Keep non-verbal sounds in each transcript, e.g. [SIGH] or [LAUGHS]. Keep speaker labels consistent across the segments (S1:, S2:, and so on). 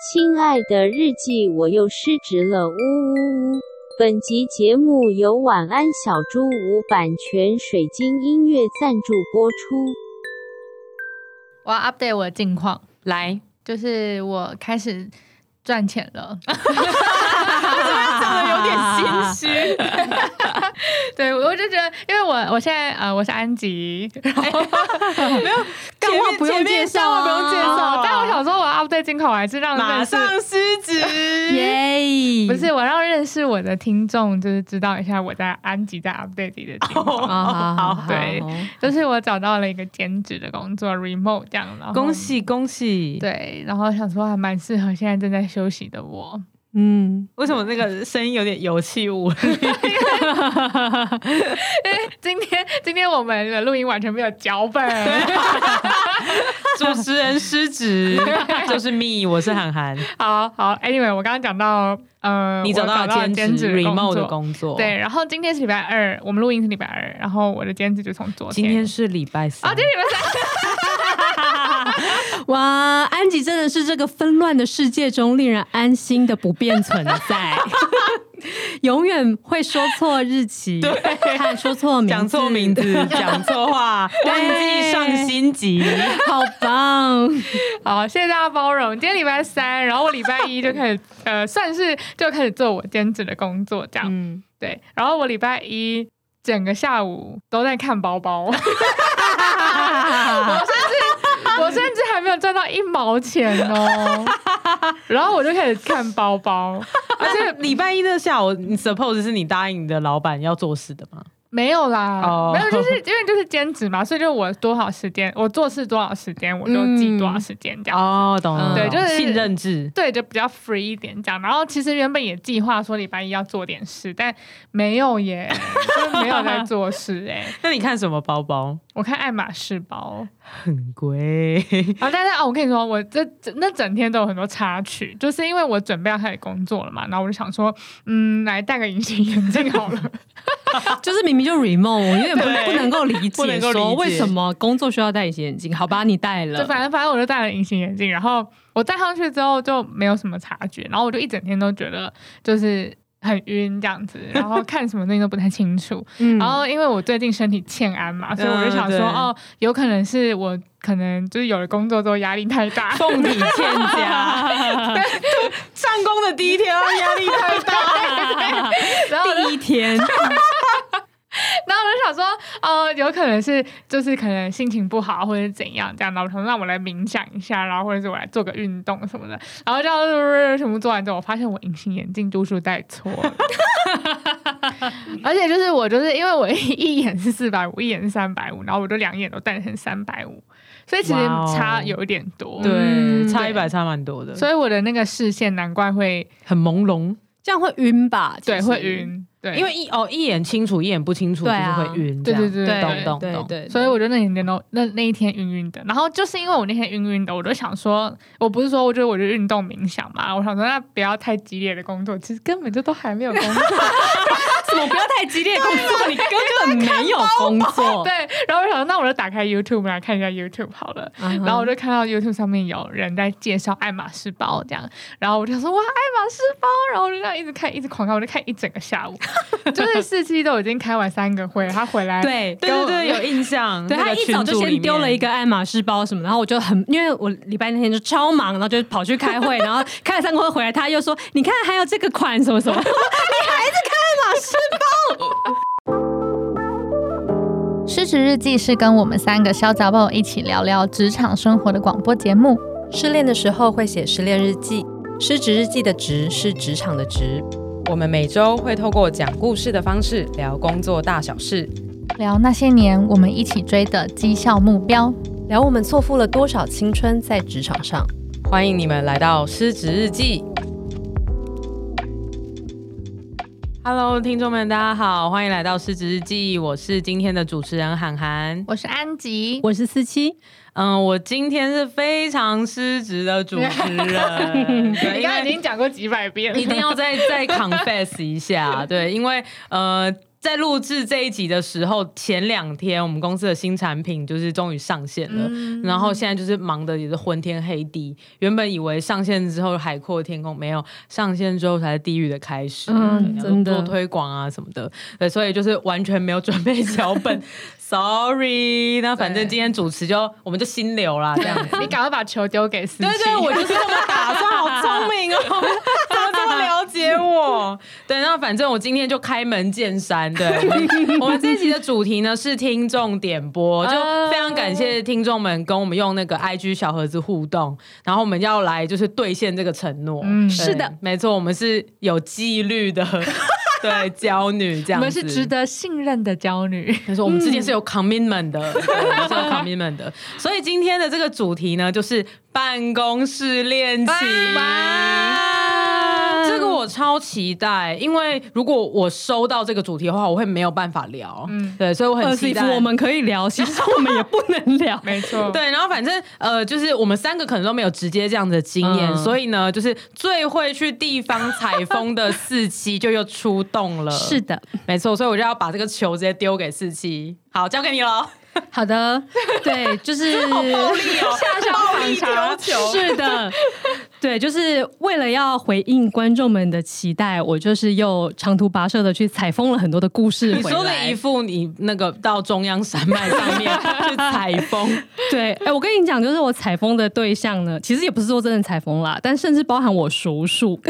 S1: 亲爱的日记，我又失职了，呜呜呜！本集节目由晚安小猪屋版权水晶音乐赞助播出。
S2: 我要 update 我的近况，
S3: [LAUGHS]
S4: 来，
S2: 就是我开始赚钱了。 [LAUGHS]
S3: 啊
S4: 讲的有
S2: 点
S3: [LAUGHS]
S4: 心虚。
S2: 对，我就觉得，因为我我现在呃我是安
S4: [LAUGHS]
S2: 吉，然后
S4: 干
S3: 前
S4: 话
S3: 面
S4: 不用
S3: 前面
S4: 介绍
S3: 干话
S4: 啊，
S3: 不用介绍啊
S2: 哦但我想说我要 update 金口，我还是让
S3: 马
S2: 认识，
S3: 上失 [LAUGHS] 职。
S4: 耶！
S2: 不是我让认识我的听众，就是知道一下我在安吉在 update 的近况。
S3: 哦
S4: 啊，好好好，
S2: 对 [LAUGHS] 就是我找到了一个兼职的工作，remote 这样，然后
S3: 恭。喜恭喜！，
S2: 对，然后想说还蛮适合现在正在休息的我，
S3: 嗯，为什么那个声音有点有气无力？
S2: 因为今天 [LAUGHS] 今天我们的录音完全没有脚
S3: [LAUGHS]
S2: 本，
S3: [LAUGHS] 主持人失 [LAUGHS] 职，就是 me，我是涵涵。
S2: 好好，Anyway，我刚刚讲到，呃，
S3: 你
S2: 找
S3: 找到
S2: 到
S3: 了兼职
S2: 职
S3: remote 的
S2: 作，
S3: 工作，
S2: 对。，然后今天是礼拜二，我们录音是礼拜二，然后我的兼职就从昨
S3: 今哦天是礼拜三
S2: 啊，今天礼拜三，
S4: [LAUGHS] 哇，安吉真的是这个纷乱的世界中令人安心的不变存
S3: [LAUGHS]
S4: 在，永远会说错日期，对，说错名字，
S3: 讲错名，字，讲错话，忘记上心级。
S4: 好棒！
S2: 好，谢谢大家包容。今天礼拜三，然后我礼拜一就开
S3: [LAUGHS]
S2: 始，呃，算是就开始做我兼职的工作，这样、
S4: 嗯，
S2: 对。然后我礼拜一整个下午都在看包
S3: [LAUGHS]
S2: 包，我甚至我甚至还没有赚到一毛钱
S3: [LAUGHS]
S2: 哦，然后我就开始看包包，
S3: [LAUGHS] 而且礼拜一的下午，你 suppose 是你答应你的老板要做事的吗？
S2: 没有啦，
S3: 哦
S2: 没有，就是因为就是兼职嘛，所以就我多少时间，我做事多少时间，我就记多少时间这样。
S3: 哦，懂了，
S4: 嗯
S3: 懂了
S2: 对就是
S3: 信任制。
S2: 对，就比较 free 一点这样。然后其实原本也计划说礼拜一要做点事，但没有 [LAUGHS] 耶，就是没有在做事哎。
S3: 那你看什么包包？
S2: 我看爱马仕包，
S3: 很贵，
S2: 啊，但是啊，我跟你说，我这这那整天都有很多插曲，就是因为我准备要开始工作了嘛，然后我就想说，嗯，来戴个隐形眼镜好了。
S4: 就是明明就 remote，我有点不
S3: 对
S4: 不能够理
S3: 不能
S4: 解，
S3: 够理解
S4: 说为什么工作需要戴隐形眼镜？好吧，你戴
S2: 就
S4: 了，
S2: 反正反正我就戴了隐形眼镜，然后我戴上去之后就没有什么察觉，然后我就一整天都觉得就是很晕这样子，然后看什么东西都不太清
S3: [LAUGHS]
S2: 楚。
S4: 嗯
S2: 然后因为我最近身体欠安嘛，所以我就想说，
S3: 嗯对
S2: 哦，有可能是我可能就是有了工作之后压力太大，
S3: 凤体欠
S2: [LAUGHS]
S4: [LAUGHS]
S3: 佳。上工的第一天，压力太大。
S2: 然后我就
S4: 第一天，
S2: 然后我就想说，呃，有可能是就是可能心情不好啊或者是怎样这样，然后我想说让我来冥想一下，然后或者是我来做个运动什么的，然后这样全部做完之后，我发现我隐形眼镜度数戴错
S3: [LAUGHS]
S2: 了，而且就是我就是因为我 [LAUGHS] 一眼是四百五，一眼是三百五，然后我就两眼都戴成三百五，所以其实
S3: 哇哦
S2: 差有一点多，
S3: 对，
S4: 嗯
S3: 差一百差蛮多的，
S2: 所以我的那个视线难怪会
S3: 很朦胧。
S4: 这样会晕吧？
S2: 对
S4: 其实
S2: 会，晕，对，
S3: 因为一哦一眼清楚，一眼不清楚就
S4: 对
S3: 是
S4: 啊
S3: 会晕这
S2: 对
S3: 样。
S2: 对对
S4: 对
S3: 懂懂
S4: 对
S3: 懂
S4: 对，
S2: 所以我就那一天都那那一天晕晕的，然后就是因为我那天晕晕的，我就想说，我不是说我觉得我就运动冥想嘛，我想说那不要太激烈的工作，其实根本就都还没有工
S3: [LAUGHS]
S2: 作，
S4: 怎么不要太激烈工作？你根本没有哦工作。
S3: 哦
S2: 对，然后我想说那我就打开 YouTube 来看一下 YouTube 好了。
S4: 嗯哼
S2: 然后我就看到 YouTube 上面有人在介绍爱马仕包这样，然后我就说哇爱马仕包，然后我就这样一直看一直狂看，我就看一整个下午，就是 [LAUGHS] 四期都已经开完三个会了，他回来
S4: 对
S3: 对对对，有印象。
S4: 对
S3: 那
S4: 他
S3: 个
S4: 一早
S3: 群
S4: 就
S3: 组里
S4: 先
S3: 面
S4: 丢了一个爱马仕包什么，然后我就很，因为我礼拜那天就超忙，然后就跑去开
S3: [LAUGHS]
S4: 会，然后开了三个会回来，他又说：“你看还有这个款什么
S3: [LAUGHS]
S4: 什么，你还在开爱马仕
S5: 失职日记是跟我们三个小杂宝一起聊聊职场生活的广播节目。
S6: 失恋的时候会写失恋日记，失职日记的职是职场的职。
S7: 我们每周会透过讲故事的方式聊工作大小事，
S5: 聊那些年我们一起追的绩效目标。
S6: 聊我们错付了多少青春在职场上。
S7: 欢迎你们来到《失职日记》。
S3: Hello，听众们，大家好，欢迎来到《失职日记》，我是今天的主持人涵涵。
S5: 我是安吉，
S4: 我是思琪，
S3: 嗯，我今天是非常失职的主持
S4: [LAUGHS]
S3: 人，对
S2: 你刚
S3: 因为
S4: [LAUGHS]
S2: 刚已经讲过几百遍了，
S3: 一定要再再 confess 一下，对，因为呃。在录制这一集的时候，前两天我们公司的新产品就是终于上线了，
S4: 嗯
S3: 然后现在就是忙的也是昏天黑地。原本以为上线之后海阔天空，没有上线之后才是地狱的开始。
S4: 嗯
S3: 对
S4: 真的
S3: 做推广啊什么的，对，所以就是完全没有准备 [LAUGHS] 脚本，sorry。那反正今天主持就我们就心流啦，这样子。
S2: 你赶快把球丢给思琪。
S3: 对对，我就是这么打算，好聪
S2: [LAUGHS]
S3: 明哦，怎么这么了解我？对，那反正我今天就开门见山。对，
S2: [LAUGHS]
S3: 我们我们这集的主题呢是听众点播，就
S2: 啊
S3: 非常感谢听众们跟我们用那个 IG 小盒子互动，然后我们要来就是兑现这个承诺。
S2: 嗯
S3: 嗯，
S2: 是
S3: 的，没错，我们是有纪
S2: [LAUGHS]
S3: 律的。对，娇女这
S2: 我
S3: 样子，
S2: 们是值得信任的娇女。
S3: 他说我们之间
S4: 嗯
S3: 是有 commitment 的，对我
S4: [LAUGHS]
S3: 们是有 commitment 的。所以今天的这个主题呢，就是办公室恋情。这个我超期待，因为如果我收到这个主题的话，我会没有办法聊。
S2: 嗯。
S3: 嗯，对，所以我很
S4: 二
S3: 期
S4: 媳妇
S3: 待。
S4: 我们可以聊，其实我们也不能聊
S2: 没
S4: [LAUGHS]
S2: 错，
S3: 对，然后反正呃，就是我们三个可能都没有直接这样的经验，
S4: 嗯
S3: 所以呢，就是最会去地方采风的四期就又出动了。
S4: [LAUGHS] 是，的，
S3: 没错，所以我就要把这个球直接丢给四期，好，交给你喽。
S4: 好的，对，就是
S3: [LAUGHS] 下哦暴力丢球。
S4: 是的，对，就是为了要回应观众们的期待，我就是又长途跋涉的去采风了很多的故事
S3: 你
S4: 回
S3: 说的
S4: 来
S3: 一。副你那个到中央山脉上
S4: [LAUGHS]
S3: 面去采风，
S4: 对，哎、我跟你讲，就是我采风的对象呢，其实也不是说真的采风啦，但甚至包含我叔叔，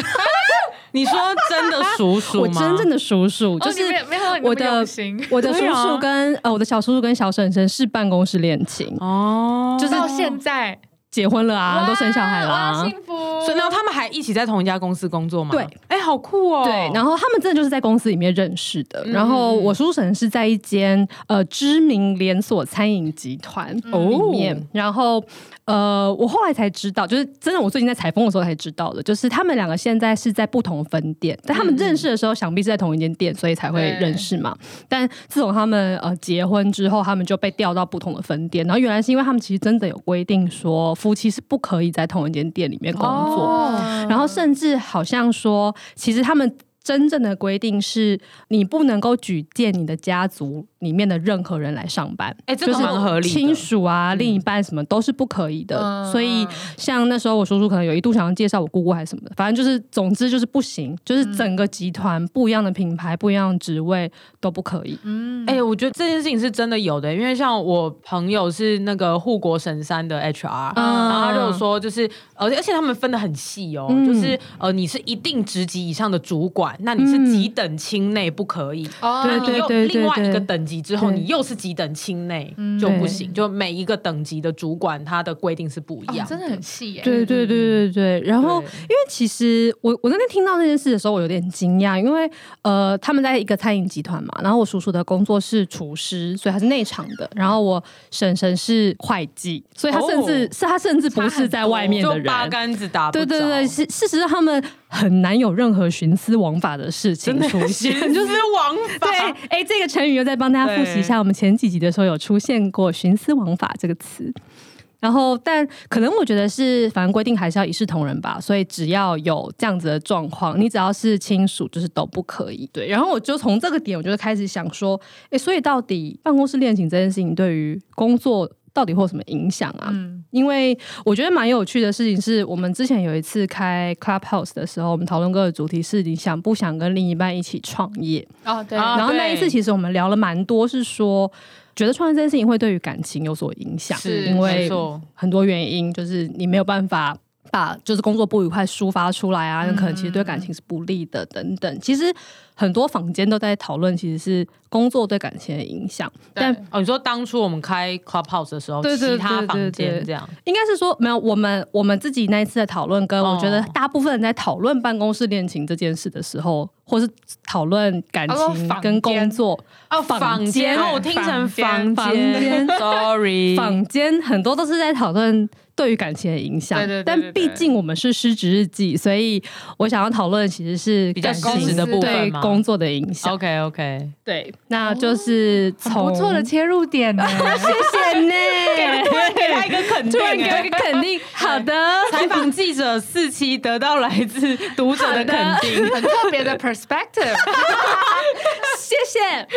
S3: 你说真的叔叔
S4: 我
S3: 吗？
S4: 真正的叔叔，就
S2: 哦
S4: 是
S2: 你没有没想到你那么
S4: 我的
S2: 用心
S4: 我的叔
S3: 对啊
S4: 叔跟呃我的小叔叔跟小婶婶是办公室恋情，
S3: 哦，
S4: 就是
S2: 到现在
S4: 结婚了啊，都生小孩啦、
S2: 哇幸福。
S3: 所以呢，他们还一起在同一家公司工作吗？
S4: 对，
S3: 哎，好酷哦。
S4: 对，然后他们真的就是在公司里面认识的。然后我叔婶是在一间呃知名连锁餐饮集团里面，然后呃我后来才知道，就是真的我最近在采风的时候才知道的，就是他们两个现在是在不同分店，但他们认识的时候想必是在同一间店，所以才会
S2: 对
S4: 认识嘛。但自从他们呃结婚之后，他们就被调到不同的分店，然后原来是因为他们其实真的有规定说夫妻是不可以在同一间店里面工作。
S2: 哦
S3: 嗯
S4: 然后甚至好像说，其实他们真正的规定是，你不能够举荐你的家族里面的任何人来上班，
S3: 哎这个
S4: 就是
S3: 蛮合理的嗯
S4: 亲属啊、另一半什么都是不可以的。所以像那时候我叔叔可能有一度想要介绍我姑姑还是什么的，反正就是总之就是不行，就是整个集团不一样的品牌、不一样的职位都不可以。
S2: 嗯，
S3: 哎、我觉得这件事情是真的有的，因为像我朋友是那个护国神山的 HR，、
S4: 嗯
S3: 然后他就有说，就是而且而且他们分的很细哦，
S4: 嗯
S3: 就是呃，你是一定职级以上的主管，那你是
S4: 嗯
S3: 几等亲内不可以，
S2: 哦
S3: 那
S4: 对
S3: 你又
S4: 对对
S3: 另外一个
S4: 对
S3: 等级之后，
S4: 对
S3: 你又是几等亲内
S2: 嗯
S3: 就不行，就每一个等级的主管他的规定是不一
S2: 哦
S3: 样，
S2: 真的很细耶。
S4: 对对对对对，然后
S3: 对
S4: 因为其实我我那天听到这件事的时候，我有点惊讶，因为呃，他们在一个餐饮集团嘛，然后我叔叔的工作是厨师，所以他是内场的，然后我婶婶是会计，所以他甚至、
S3: 哦
S4: 是他甚至不是在外面的
S3: 就
S4: 人。
S3: 八竿子打不
S4: 对
S3: 着，
S4: 对对，事事实上他们很难有任何徇私枉法的事情出现， [LAUGHS] 就是
S3: 是王
S4: [LAUGHS]
S3: 啊
S4: 对，哎、这个成语又再帮大家复习一下，我们前几集的时候有出现过“徇私枉法”这个词。然后，但可能我觉得是，反正规定还是要一视同仁吧。所以只要有这样子的状况，你只要是亲属，就是都不可以。对，然后我就从这个点，我就开始想说，哎，所以到底办公室恋情这件事情对于工作到底会有什么影响啊？
S2: 嗯，
S4: 因为我觉得蛮有趣的事情是，我们之前有一次开 Clubhouse 的时候，我们讨论过的主题是你想不想跟另一半一起创业。
S2: 哦对，
S3: 啊
S4: 然后那
S3: 对
S4: 一次其实我们聊了蛮多，是说觉得创业这件事情会对于感情有所影响，
S3: 是
S4: 因
S3: 没
S4: 为
S3: 错
S4: 很多原因，就是你没有办法。把就是工作不愉快抒发出来
S3: 嗯
S4: 啊，那可能其实对感情是不利的等等。其实很多坊间都在讨论，其实是工作对感情的影响，但
S2: 对
S3: 哦，你说当初我们开 Clubhouse 的时候，
S4: 对对
S3: 其他
S4: 对对
S3: 房
S4: 对
S3: 间
S4: 对
S3: 这样，
S4: 应该是说没有我们我们自己那一次的讨论，跟
S3: 哦
S4: 我觉得大部分人在讨论办公室恋情这件事的时候，或是讨论感
S2: 哦
S4: 情
S2: 坊
S4: 跟工
S2: 间
S4: 作
S3: 哦
S4: 坊间
S3: 哦，我听成房
S4: 房间
S3: ，sorry，
S4: 坊间很多都是在讨论对于感情的影响，
S2: 对对对对
S4: 但毕竟我们是失职日记，所以我想要讨论的其实是
S3: 比较
S4: 感情
S3: 实质的部分
S4: 对
S3: 吗哦
S4: 工作的影响。
S3: OK OK，
S4: 对，那就是从、
S2: 不错的切入点呢。
S4: 谢谢呢，
S3: 给他一个肯
S4: [LAUGHS] 突然
S3: 定
S4: 给我
S3: 欸，
S4: 一个肯定，好的，
S3: [LAUGHS] 采访记者四期得到来自读者的肯定，
S2: [LAUGHS]
S4: [LAUGHS]
S2: 很特别的 perspective，
S4: 谢
S3: [LAUGHS]
S4: 谢。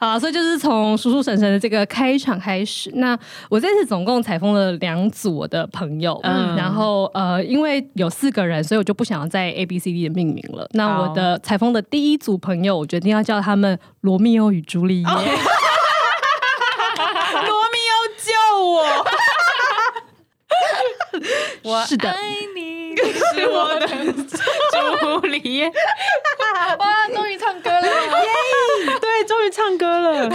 S4: 好啊，所以就是从叔叔婶婶的这个开场开始。那我这次总共采风了两组我的朋友，
S3: 嗯
S4: 然后呃，因为有四个人，所以我就不想要再 A B C D 的命名了。那我的采风的第一组朋友，我决定要叫他们罗密欧与朱丽
S3: 哦
S4: 叶。
S3: 罗密欧救
S4: [LAUGHS]
S3: 我，我哎
S4: 是的，
S2: 你，
S3: 是我的朱丽叶，
S2: 哇，终于唱歌了，
S3: 对，终于唱歌 [LAUGHS] 了。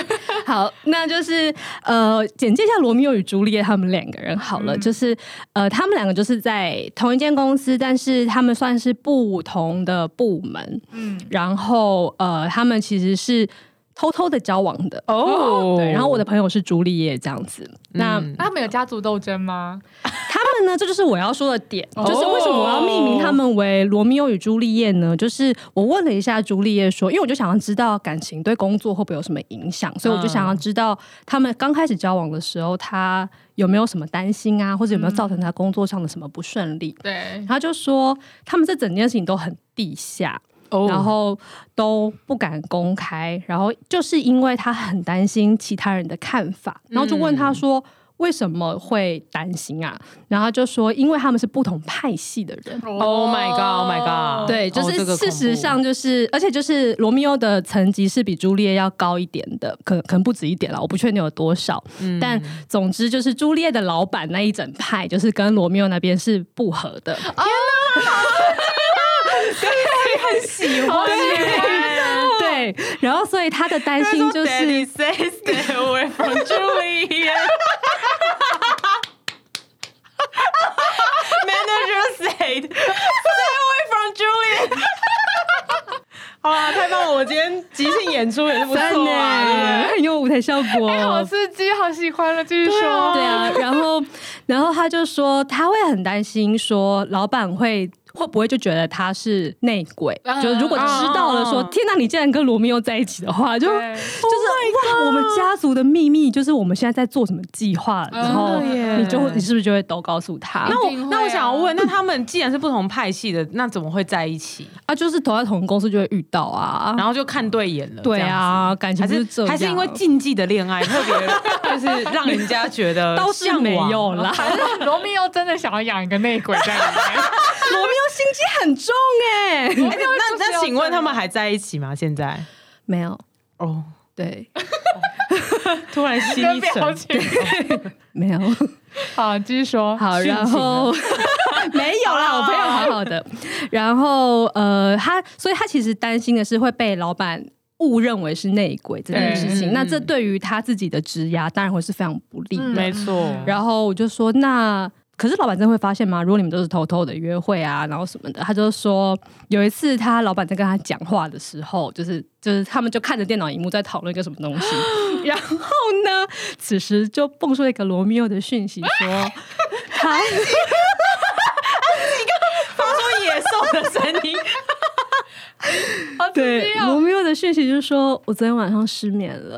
S4: 好，那就是呃，简介一下罗密欧与朱丽叶他们两个人好
S3: 嗯
S4: 了，就是呃，他们两个就是在同一间公司，但是他们算是不同的部门，
S2: 嗯，
S4: 然后呃，他们其实是偷偷的交往的。
S3: 哦
S4: 对，然后我的朋友是朱丽叶这样子，那
S3: 嗯
S2: 那他们有家族斗争吗？
S4: 他们呢，这就是我要说的点，
S3: 哦
S4: 就是为什么我要命名他们为罗密欧与朱丽叶呢？就是我问了一下朱丽叶说，因为我就想要知道感情对工作会不会有什么影响，所以我就想要知道他们刚开始交往的时候，他有没有什么担心啊，或者有没有造成他工作上的什么不顺利？
S2: 对
S4: 然，后就说他们这整件事情都很地下，
S3: 哦
S4: 然后都不敢公开，然后就是因为他很担心其他人的看法，然后就问
S3: 嗯
S4: 他说。为什么会担心啊？然后他就说，因为他们是不同派系的人，
S3: Oh my god，Oh my god，
S4: 对，就
S3: 哦这
S4: 是
S3: 个恐
S4: 事
S3: 怖
S4: 实
S3: [LAUGHS]
S4: 上就是，而且就是罗密欧的层级是比朱丽叶要高一点的，可可能不止一点了，我不确定有多少。
S3: 嗯
S4: 但总之就是朱丽叶的老板那一整派，就是跟罗密欧那边是不合的。
S3: 喜欢耶。 [LAUGHS]
S4: 对，然后所以他的担心就是
S3: Daddy says that we're [LAUGHS] from Julia. [LAUGHS] Manager said, "Stay away from Julia." [LAUGHS] 好啦，太棒了！我今天即兴演出也是不
S4: 赞
S3: 错啊，哎
S4: 呢，很有舞台效果。
S2: 好刺激，好喜欢了，继续
S3: 哦
S2: 说。
S4: 对啊，然后然后他就说他会很担心，说老板会。会不会就觉得他是内鬼？
S2: 嗯
S4: 就是如果知道了
S3: 嗯
S4: 说，
S3: 嗯 Oh
S4: 天哪，你竟然跟罗密欧在一起的
S3: [LAUGHS]
S4: 话，就就是、
S2: 对
S4: 哇，我们家族的秘密就是我们现在在做什么计划，
S2: 嗯
S4: 然后
S3: 真的耶
S4: 你就会你是不是就会都告诉他？
S3: 那
S2: 一定会啊
S3: 我那我想要问，那他们既然是不同派系的，那怎么会在一起？
S4: 啊，就是投在同一个公司就会遇到啊，
S3: 然后就看对眼了？
S4: 对
S3: 这样子
S4: 啊，感
S3: 还
S4: 情不
S3: 是
S4: 这样，
S3: 还是因为禁忌的恋爱，特别就是让人家觉
S4: [LAUGHS]
S3: 得
S4: 都是
S3: 向
S4: 没
S3: 往
S4: 有啦，
S2: 还是罗密欧真的想要养一个内鬼在里面，
S4: 罗密欧心机很重哎、
S3: 哎
S4: [LAUGHS]
S3: 那那请问他们还在一起吗？现在
S4: 没有，
S3: 哦，
S4: 对，
S3: 突然心
S2: 跟
S3: 一
S2: 表
S4: [LAUGHS]
S3: 沉，
S2: 情。
S4: 没有。
S2: 好，继续说。
S4: 好，
S3: 殉
S4: 然
S3: 情
S4: 后 [LAUGHS] 没有啦，我朋友好好的。然后呃，他所以他其实担心的是会被老板。误认为是内鬼这件事情，
S3: 对
S4: 那
S3: 嗯
S4: 这对于他自己的职涯当然会是非常不利的。
S2: 嗯
S3: 没错。
S4: 然后我就说，那可是老板真的会发现吗？如果你们都是偷偷的约会啊，然后什么的，他就说有一次他老板在跟他讲话的时候，就是就是他们就看着电脑荧幕在讨论一个什么东西， [LAUGHS] 然后呢，此时就蹦出了一个罗密欧的讯息说， [LAUGHS] 他
S3: 发出野兽的声音，
S2: 好刺
S4: [LAUGHS] 对
S2: 激
S4: 罗
S2: 哦！
S4: 密欧的讯息就是说我昨天晚上失眠
S3: [LAUGHS]
S4: 了，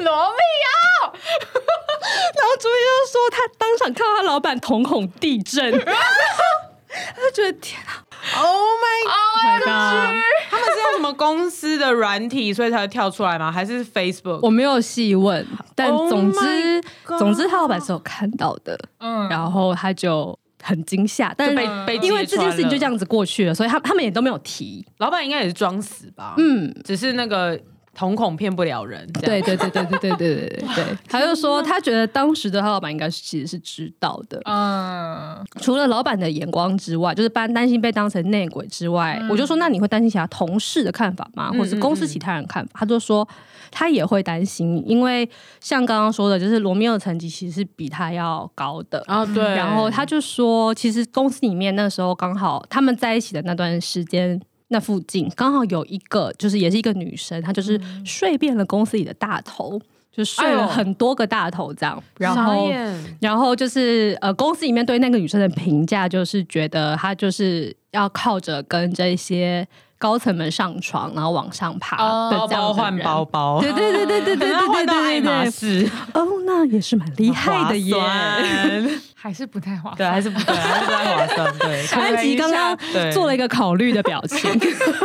S2: 罗
S4: [LAUGHS]
S2: 密欧，
S4: 然后朱一就说他当场看到他老板瞳孔地
S3: [LAUGHS]
S4: 震，他就觉得天啊
S3: [LAUGHS] Oh my！
S4: ，My God！
S3: 他们是用什么公司的软体，所以才会跳出来吗？还是 Facebook？
S4: 我没有细问，但
S3: Oh
S4: 总
S3: my
S4: 之、
S3: God
S4: 总之他老板是有看到的，
S2: 嗯，
S4: 然后他就很惊吓，但
S3: 被
S4: 是
S3: 被
S4: 嗯因为
S3: 揭
S4: 这
S3: 穿
S4: 件事情
S3: 了
S4: 就这样子过去了，所以他他们也都没有提。
S3: 老板应该也是装死吧？
S4: 嗯，
S3: 只是那个瞳孔骗不了人。这
S4: 对
S3: 样，嗯
S4: 对对对对对对对
S3: [LAUGHS]
S4: 对对，他就说他觉得当时的他老板应该是其实是知道的，
S2: 嗯，
S4: 除了老板的眼光之外，就是担担心被当成内鬼之外，
S3: 嗯
S4: 我就说那你会担心其他同事的看法吗？或者是公司其他人看法？他就说他也会担心，因为像刚刚说的，就是罗密欧的成绩其实是比他要高的。
S3: 啊对。
S4: 然后他就说，其实公司里面那时候刚好他们在一起的那段时间。那附近刚好有一个，就是也是一个女生，她就是睡遍了公司里的大头，就
S3: 嗯
S4: 睡
S3: 哎
S4: 了
S3: 呦
S4: 很多个大头这样。然
S3: 傻
S4: 后
S3: 眼
S4: 然后就是呃，公司里面对那个女生的评价就是觉得她就是要靠着跟这些高层们上床，然后往上爬
S2: 哦
S4: 的
S3: 包
S4: 这样
S3: 包
S4: 的
S3: 换
S4: 人
S3: 包。包，
S4: 对对对对对对对
S3: 换
S4: 对
S3: 到
S4: 对
S3: 爱
S4: 对
S3: 马
S4: 对！
S3: 仕，
S4: 哦，那也是蛮厉害的耶。
S3: 划算
S2: 还是不太划
S3: [LAUGHS] 对，
S2: 算。
S3: 还是不对，还是不太划算，对，
S2: 可能
S4: 安吉刚刚
S3: 对
S4: 做了一个考虑的表情，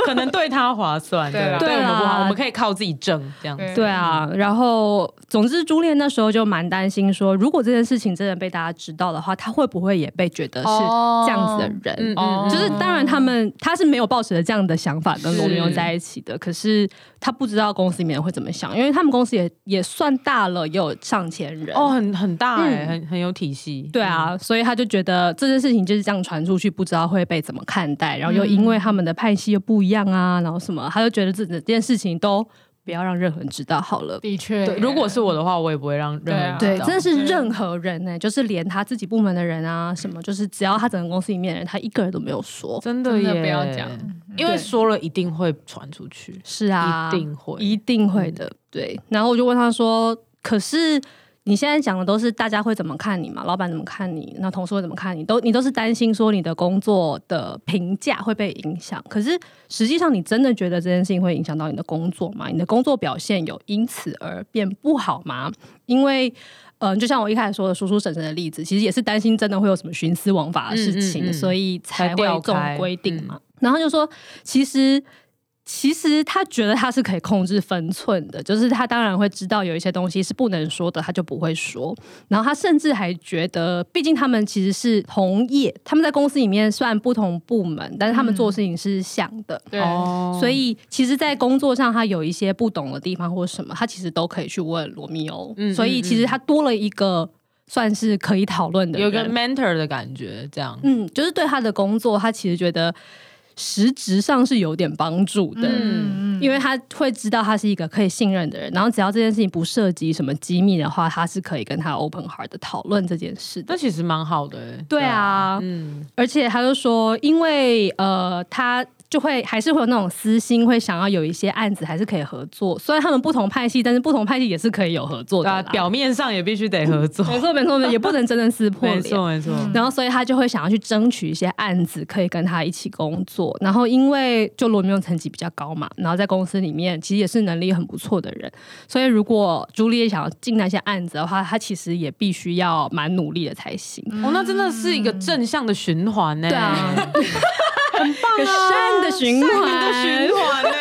S3: 可能对他划算，
S2: 对啦
S3: 对我们不
S4: 对啦
S3: 划，我们可以靠自己挣这样子。
S2: 对
S4: 对啊，然后总之，朱恋那时候就蛮担心说，如果这件事情真的被大家知道的话，他会不会也被觉得是这样子的人？
S2: 哦
S4: 就是当然，他们他是没有抱持着这样的想法跟罗密欧
S3: 是
S4: 在一起的，可是他不知道公司里面会怎么想，因为他们公司也也算大了，也有上千人
S3: 哦，很很大哎、
S4: 嗯
S3: 很很有体系。
S4: 对
S3: 嗯，
S4: 啊，所以他就觉得这件事情就是这样传出去，不知道会被怎么看待，然后又因为他们的派系又不一样啊，然后什么，他就觉得这整件事情都不要让任何人知道好了。
S2: 的确，
S3: 嗯对，如果是我的话，我也不会让任何人
S2: 对啊
S4: 对
S3: 知，道。
S4: 真的是任何人呢、就是连他自己部门的人啊，什么，就是只要他整个公司里面的人，他一个人都没有说。
S3: 真的
S2: 真
S3: 也
S2: 的不要讲，
S3: 因为说了一定会传出去，
S4: 是啊，
S3: 一定会嗯
S4: 一定会的。对，然后我就问他说：“可是你现在讲的都是大家会怎么看你嘛？老板怎么看你？那同事会怎么看你？都你都是担心说你的工作的评价会被影响。可是实际上，你真的觉得这件事情会影响到你的工作吗？你的工作表现有因此而变不好吗？因为。”嗯，就像我一开始说的叔叔婶婶的例子，其实也是担心真的会有什么徇私枉法的事情，
S3: 嗯嗯嗯
S4: 所以才
S3: 才
S4: 会
S3: 调
S4: 有这种
S3: 开嗯
S4: 规定嘛。然后就说，其实其实他觉得他是可以控制分寸的，就是他当然会知道有一些东西是不能说的，他就不会说。然后他甚至还觉得，毕竟他们其实是同业，他们在公司里面算不同部门，但是他们
S3: 嗯
S4: 做事情是像的。
S2: 对，
S3: 哦
S4: 所以，其实，在工作上他有一些不懂的地方或什么，他其实都可以去问罗密欧。
S3: 嗯
S4: 所以，
S3: 嗯
S4: 其实
S3: 嗯
S4: 他多了一个算是可以讨论的
S3: 有
S4: 人，
S3: 一个 mentor 的感觉，这样。
S4: 嗯，就是对他的工作，他其实觉得实质上是有点帮助的。
S2: 嗯
S4: 因为他会知道他是一个可以信任的人，然后只要这件事情不涉及什么机密的话，他是可以跟他 open heart 的讨论这件事
S3: 那
S4: 的。
S3: 其实蛮好的、欸，
S4: 对啊
S3: 嗯，
S4: 而且他就说，因为呃，他就会还是会有那种私心，会想要有一些案子还是可以合作。虽然他们不同派系，但是不同派系也是可以有合作
S3: 对
S4: 的
S3: 啊，
S4: 啦。
S3: 表面上也必须得合作，
S4: 没错没错，没错也不能真正撕
S3: [LAUGHS]
S4: 破
S3: 没
S4: 脸。
S3: 错没错，
S2: 嗯
S4: 然后所以他就会想要去争取一些案子，可以跟他一起工作。然后因为就罗密欧层级比较高嘛，然后在公司里面其实也是能力很不错的人，所以如果朱丽叶想要进那些案子的话，他其实也必须要蛮努力的才行。
S3: 哦，那真的是一个正向的循环呢、[LAUGHS]
S4: 对啊，很棒啊，善的循环，
S3: 环呢、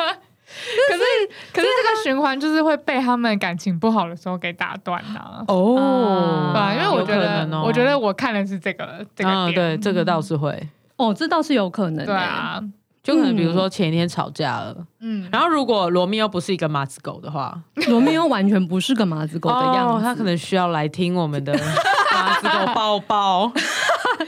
S2: 可是可是这个循环就是会被他们感情不好的时候给打断呐、
S3: 哦
S4: 啊
S2: 对吧？因为我觉
S3: 有可
S2: 得
S3: 能，哦
S2: 我觉得我看的是这个这个
S3: 嗯，
S2: 点，
S3: 对，这个倒是会，
S4: 哦，这倒是有可能、欸。
S2: 对，啊，
S3: 就可能比如说前一天吵架了，
S2: 嗯，
S3: 然后如果罗密欧不是一个马子狗的话，
S4: 罗密欧完全不是个马子狗的样子，
S3: 哦，他可能需要来听我 [LAUGHS] 们的马子狗抱抱。 [LAUGHS]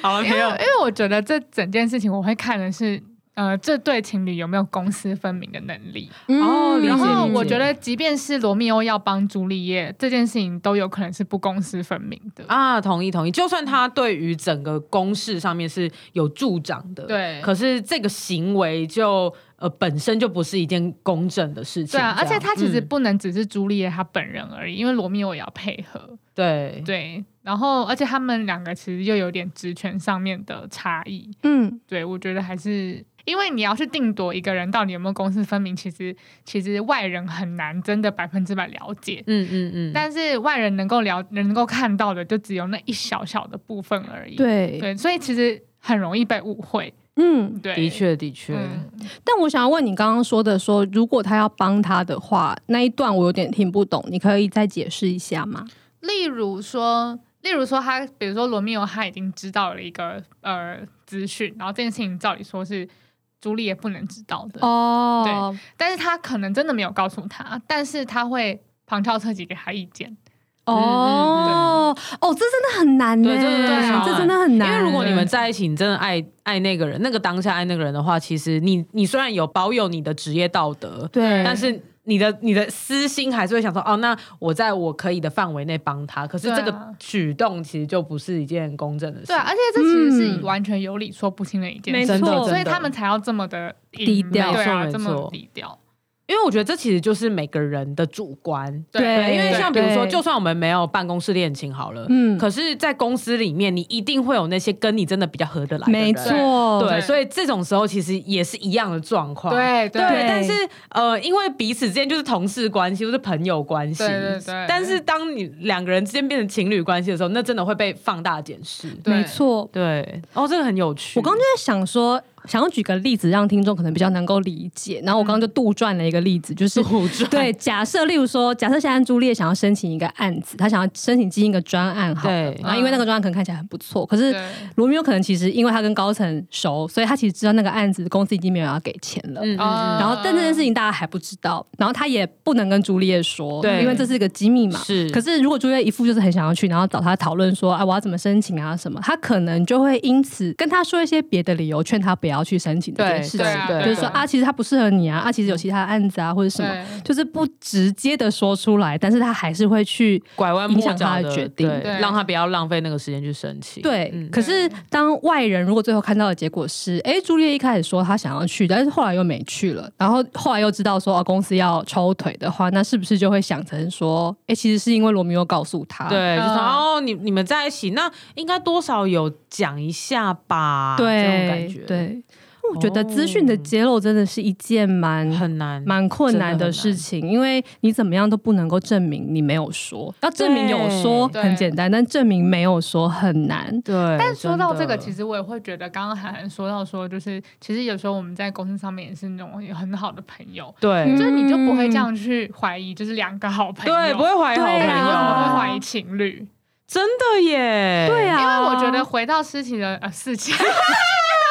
S3: 好了，没有，
S2: 因为我觉得这整件事情我会看的是。呃，这对情侣有没有公私分明的能力？
S3: 哦理
S2: 嗯
S3: 解
S2: 然后
S3: 理解
S2: 我觉得，即便是罗密欧要帮朱丽叶这件事情，都有可能是不公私分明的。
S3: 啊，同意同意。就算他
S2: 嗯
S3: 对于整个公事上面是有助长的，
S2: 对
S3: 可是这个行为就呃本身就不是一件公正的事情。
S2: 对啊，而
S3: 这样
S2: 且他其实
S3: 嗯
S2: 不能只是朱丽叶她本人而已，因为罗密欧也要配合。
S3: 对
S2: 对，然后而且他们两个其实又有点职权上面的差异。
S4: 嗯，
S2: 对我觉得还是因为你要去定夺一个人到底有没有公私分明，其实其实外人很难真的百分之百了解。
S3: 嗯嗯嗯，
S2: 但是外人能够了能够看到的，就只有那一小小的部分而已。
S4: 对，
S2: 对，所以其实很容易被误会。
S4: 嗯。
S2: 对，
S3: 的确的确，
S2: 嗯，
S4: 但我想要问你刚刚说的说，如果他要帮他的话，那一段我有点听不懂，你可以再解释一下吗？
S2: 例如说，例如说他，比如说罗密欧，他已经知道了一个呃资讯，然后这件事情照理说是朱丽叶不能知道的，
S4: 哦，
S2: 但是他可能真的没有告诉他，但是他会旁敲侧击给他意见。
S4: 哦，哦，这真的很难呢，
S3: 对这真的
S2: 很难
S4: 这真的很
S3: 因
S4: 难。
S3: 为如果你们在一起，你真的爱爱那个人，那个当下爱那个人的话，其实你你虽然有保有你的职业道德，
S4: 对，
S3: 但是你的你的私心还是会想说，哦，那我在我可以的范围内帮他。可是
S2: 对啊
S3: 这个举动其实就不是一件公正的事。
S2: 对啊，而且这其实
S4: 嗯
S2: 是完全有理说不清的一件
S4: 没
S2: 事，
S3: 真的
S4: 错
S3: 真的
S2: 所以他们才要这么的
S4: 低调
S2: 对啊，
S3: 没错
S2: 这
S3: 没错
S2: 么低调。
S3: 因为我觉得这其实就是每个人的主观。
S4: 对
S3: 因为像比如说，
S4: 对
S3: 就算我们没有办公室恋情好了，
S4: 嗯
S3: 可是，在公司里面，你一定会有那些跟你真的比较合得来的人。
S4: 嗯没错，
S3: 对，
S2: 对
S3: 所以这种时候其实也是一样的状况。
S2: 对对
S3: 对，但是呃，因为彼此之间就是同事关系或是朋友关系，
S2: 对对对
S3: 但是当你两个人之间变成情侣关系的时候，那真的会被放大检视。
S2: 对
S4: 没错。
S3: 对，哦，这个很有趣。
S4: 我刚刚就在想说，想要举个例子让听众可能比较能够理解。然后我刚刚就杜撰了一个例子，就是
S3: 杜撰
S4: 对假设，例如说，假设现在朱丽叶想要申请一个案子，她想要申请进一个专案好了，
S3: 对嗯
S4: 然后因为那个专案可能看起来很不错，可是
S2: 对
S4: 罗密欧可能其实因为他跟高层熟，所以他其实知道那个案子公司已经没有要给钱了。
S3: 嗯
S2: 啊
S4: 然后，但这件事情大家还不知道，然后他也不能跟朱丽叶说，
S3: 对
S4: 因为这是一个机密嘛。
S3: 是
S4: 可是如果朱丽叶一副就是很想要去，然后找他讨论说，啊，我要怎么申请啊什么，他可能就会因此跟他说一些别的理由，劝他不要去申请这件事情
S2: 对，啊对啊
S4: 就是说
S2: 对啊嗯
S4: 啊，其实他不适合你啊，啊，其实有其他案子啊或者什么，
S2: 对
S4: 就是不直接的说出来，但是他还是会去
S3: 拐弯抹
S4: 影响
S3: 角
S4: 他的决定
S3: 对
S2: 对
S3: 让他不要浪费那个时间去生气。
S4: 对，
S3: 嗯
S4: 可是当外人如果最后看到的结果是，哎、朱丽叶一开始说她想要去，但是后来又没去了，然后后来又知道说哦公司要抽腿的话，那是不是就会想成说，哎、其实是因为罗密欧告诉他，
S3: 对，就说
S2: 嗯
S3: 哦，你你们在一起，那应该多少有讲一下吧，
S4: 对，
S3: 啊这种感觉，，哦
S4: 对，我觉得资讯的揭露真的是一件蛮。
S3: 很难，
S4: 蛮困
S3: 真的
S4: 难
S3: 很
S4: 的
S3: 难
S4: 事情，因为你怎么样都不能够证明你没有说。要证明有说
S2: 对
S4: 很简单，但证明没有说很难。
S3: 对。
S2: 但说到这个，其
S3: 实
S2: 实我也会觉得，刚刚涵涵说到说，就是其实有时候我们在公司上面也是那种有很好的朋友，
S3: 对
S2: 就是你就不
S4: 嗯
S2: 会这样去怀疑，就是两个好朋友，
S3: 对，不会怀疑好朋
S2: 对啊，为什么
S3: 友，
S2: 会怀疑情侣？
S3: 真的耶，
S4: 对
S2: 因为
S4: 啊，
S2: 我觉得回到事情的呃事情，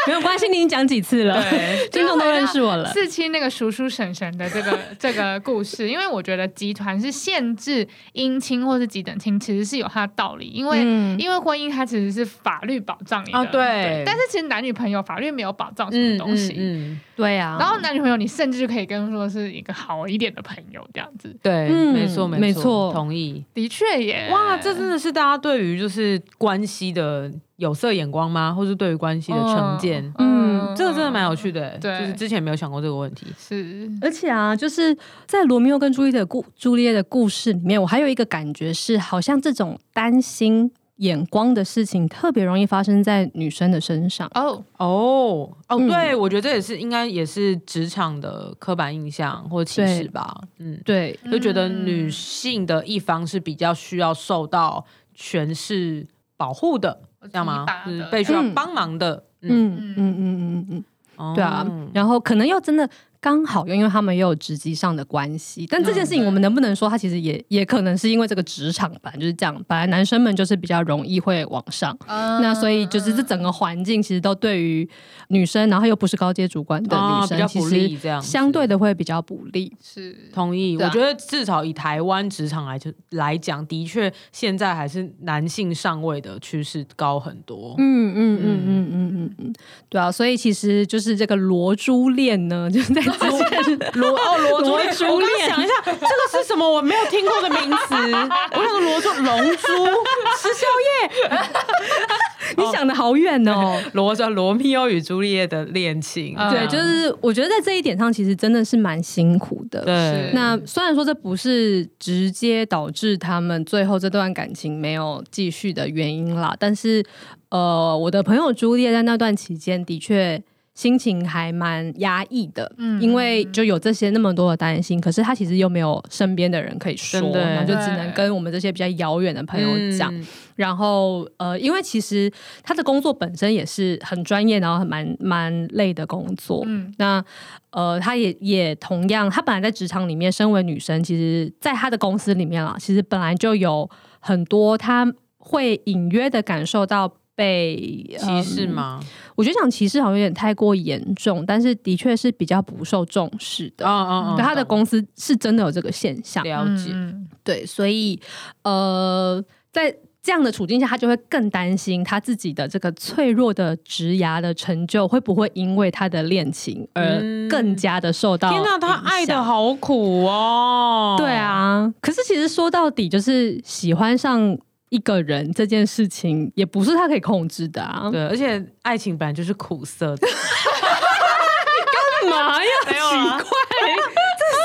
S4: 没有关系，你已经讲几次了， [LAUGHS]
S2: [LAUGHS]
S4: 听众都认识我了。
S2: 四期那个叔叔婶婶的
S3: [LAUGHS]
S2: 这个这个故事，因为我觉得集团是限制姻亲或是几等亲，其实是有它的道理，因为、
S4: 嗯
S2: 因为婚姻它其实是法律保障你的，
S3: 哦对
S2: 但是其实男女朋友法律没有保障什么东西。
S3: 嗯，
S4: 对啊，
S2: 然后男女朋友，你甚至就可以跟说是一个好一点的朋友这样子，
S3: 对，
S4: 嗯
S3: 没错，
S4: 没
S3: 错，
S4: 错
S3: 同意。
S2: 的确耶，
S3: 哇，这真的是大家对于就是关系的有色眼光吗？或是对于关系的成见，
S2: 哦
S4: 嗯
S3: 这个真的蛮有趣的，欸
S2: 对
S3: 就是之前没有想过这个问题。
S2: 是，
S4: 而且啊，就是在罗密欧跟朱丽的故朱丽叶的故事里面，我还有一个感觉是，好像这种担心眼光的事情特别容易发生在女生的身上。
S2: 哦，
S3: 哦哦，
S4: 嗯
S3: 对，我觉得这也是应该也是职场的刻板印象或歧视吧，嗯，
S4: 对，
S3: 就觉得女性的一方是比较需要受到权势保护的，这样吗
S2: 哦提拔？的
S3: 就是被需要
S4: 嗯
S3: 帮忙的，嗯，
S4: 嗯嗯嗯嗯嗯
S3: 哦
S4: 嗯，对啊。然后可能又真的刚好，因为他们也有职级上的关系，但这件
S3: 嗯
S4: 事情我们能不能说，它其实也也可能是因为这个职场本来就是这样，本来男生们就是比较容易会往上。那
S3: 嗯
S2: 那
S4: 所以就是这整个环境其实都对于女生，然后又不是高阶主管的
S3: 啊
S4: 女
S3: 比较
S4: 生，
S3: 不
S4: 其
S3: 利这样
S4: 实
S3: 子
S4: 相对的会比较不利。
S2: 是
S3: 同意，
S4: 对啊
S3: 我觉得至少以台湾职场来就来讲，的确现在还是男性上位的趋势高很多。
S4: 嗯嗯嗯嗯嗯嗯嗯，对啊，所以其实就是这个罗珠链呢，就是在之前
S3: 罗哦罗珠
S4: 罗珠
S3: [LAUGHS] 我刚想一下，这个是什么？我没有听过的名 [LAUGHS] 词。我想罗珠龙 [LAUGHS] 珠是宵夜，
S4: 你想的好远哦。
S3: [LAUGHS] 罗着罗密欧与朱丽叶的恋情，
S2: 嗯
S4: 对，就是我觉得在这一点上，其实真的是蛮辛苦的。
S3: 对
S4: 那虽然说这不是直接导致他们最后这段感情没有继续的原因啦，但是呃，我的朋友朱丽叶在那段期间的确心情还蛮压抑的，
S2: 嗯
S4: 因为就有这些那么多的担心，可是他其实又没有身边的人可以说，
S3: 真的
S4: 那就只能跟我们这些比较遥远的朋友讲。
S3: 嗯
S4: 然后呃，因为其实他的工作本身也是很专业，然后很蛮蛮累的工作，
S2: 嗯
S4: 那呃，她也也同样，她本来在职场里面，身为女生，其实在她的公司里面啦，其实本来就有很多她会隐约的感受到被
S3: 歧视？吗？
S4: 嗯我觉得讲歧视好像有点太过严重，但是的确是比较不受重视的。
S3: 哦哦哦，
S4: 对她的
S3: 懂
S4: 公司是真的有这个现象，
S3: 了解，
S2: 嗯 [LAUGHS]
S4: 对，所以呃，在这样的处境下，他就会更担心他自己的这个脆弱的职涯的成就会不会因为他的恋情而
S3: 嗯
S4: 更加的受到
S3: 天哪，他
S4: 影
S3: 爱的
S4: 响。
S3: 好苦哦。
S4: 对，啊，可是其实说到底，就是喜欢上一个人这件事情，也不是他可以控制的啊。
S3: 对，而且爱情本来就是苦涩的。 [LAUGHS]
S4: 干嘛呀？
S3: 没有啊
S4: 奇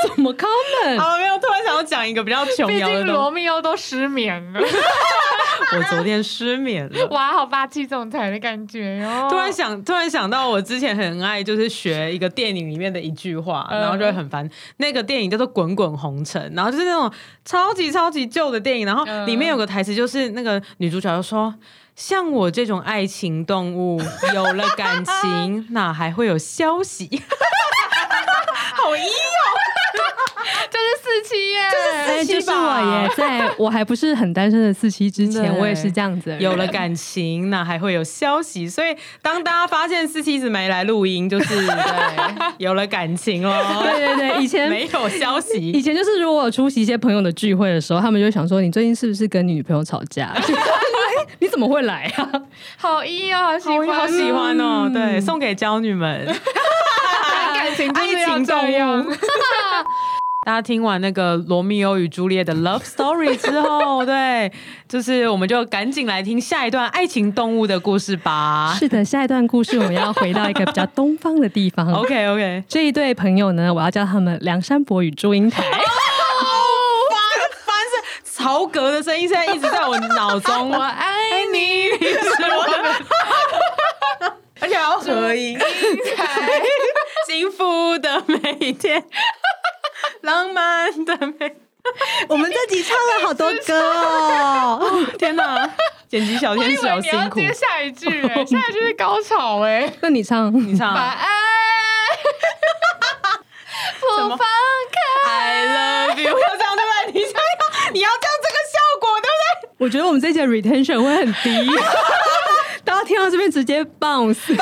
S4: 怪，么 common？
S3: 好了，没有，突然想要讲一个比较琼
S2: 毕
S3: 瑶的
S2: 竟罗
S3: 东
S2: 密欧都失眠了，
S3: [LAUGHS] 西。我昨天失眠了。
S2: [LAUGHS] 哇，好霸气总裁的感觉哟！
S3: [LAUGHS] 突然想，突然想到，我之前很爱就是学一个电影里面的一句话，
S2: 嗯
S3: 然后就会很烦。那个电影叫做《滚滚红尘》，然后就是那种超级超级旧的电影，然后
S2: 嗯
S3: 里面有个台词就是那个女主角就说：“像我这种爱情动物，有了感情，哪还会有
S2: [LAUGHS]
S3: 消息？”好一
S2: 就是四期耶，
S4: 哎，
S3: 四七
S4: 就是
S3: 吧
S4: 我耶，在我还不是很单身的四期之前，
S3: 对
S4: 我也是这样子的人。
S3: 有了感情，那还会有消息。所以当大家发现四七一直没来录音，就是
S2: [LAUGHS]
S3: 对有了感情喽，
S4: 对对对，以前
S3: 没有消
S4: 以
S3: 息。
S4: 前就是如果有出席一些朋友的聚会的时候，他们就会想说：“你最近是不是跟你女朋友吵 [LAUGHS] 架？”哎你怎么会来啊？
S2: 好一哦，好喜欢
S3: 我
S2: 哦，
S3: 好喜欢哦，对，送给娇女们。 [LAUGHS]
S2: 谈感情就是要
S3: 爱情动
S2: 这
S3: 物
S2: 样。
S3: 大家听完那个罗密欧与朱丽叶的 Love Story 之后，对，就是我们就赶紧来听下一段爱情动物的故事吧。
S4: 是的，下一段故事我们要回到一个比较东方的地 [LAUGHS] 方。
S3: OK OK，
S4: 这一对朋友呢，我要叫他们梁山伯与祝 [LAUGHS] 英台。
S3: 曹格的声音现在一直在我脑 [LAUGHS] 中，我爱你，你是我的，而且还 [LAUGHS] 要合音， [LAUGHS] 幸福的每一天，浪漫的每，
S8: 我们这集唱了好多歌哦，
S3: [LAUGHS] 天哪！剪辑小
S2: 我
S3: 天
S2: 以
S3: 使
S2: 为
S3: 好
S2: 你要
S3: 辛苦，
S2: 接下一句、哎，下一句是高潮哎、
S4: [LAUGHS] 那你唱，
S3: 你唱
S2: 晚
S3: 啊
S2: 安，不放开，
S3: I love you，要这样对不对？你想要你要这样这个效果对不对？
S4: 我觉得我们这集的 retention 会很低， [LAUGHS] 大家听到这边直接 [LAUGHS] bounce。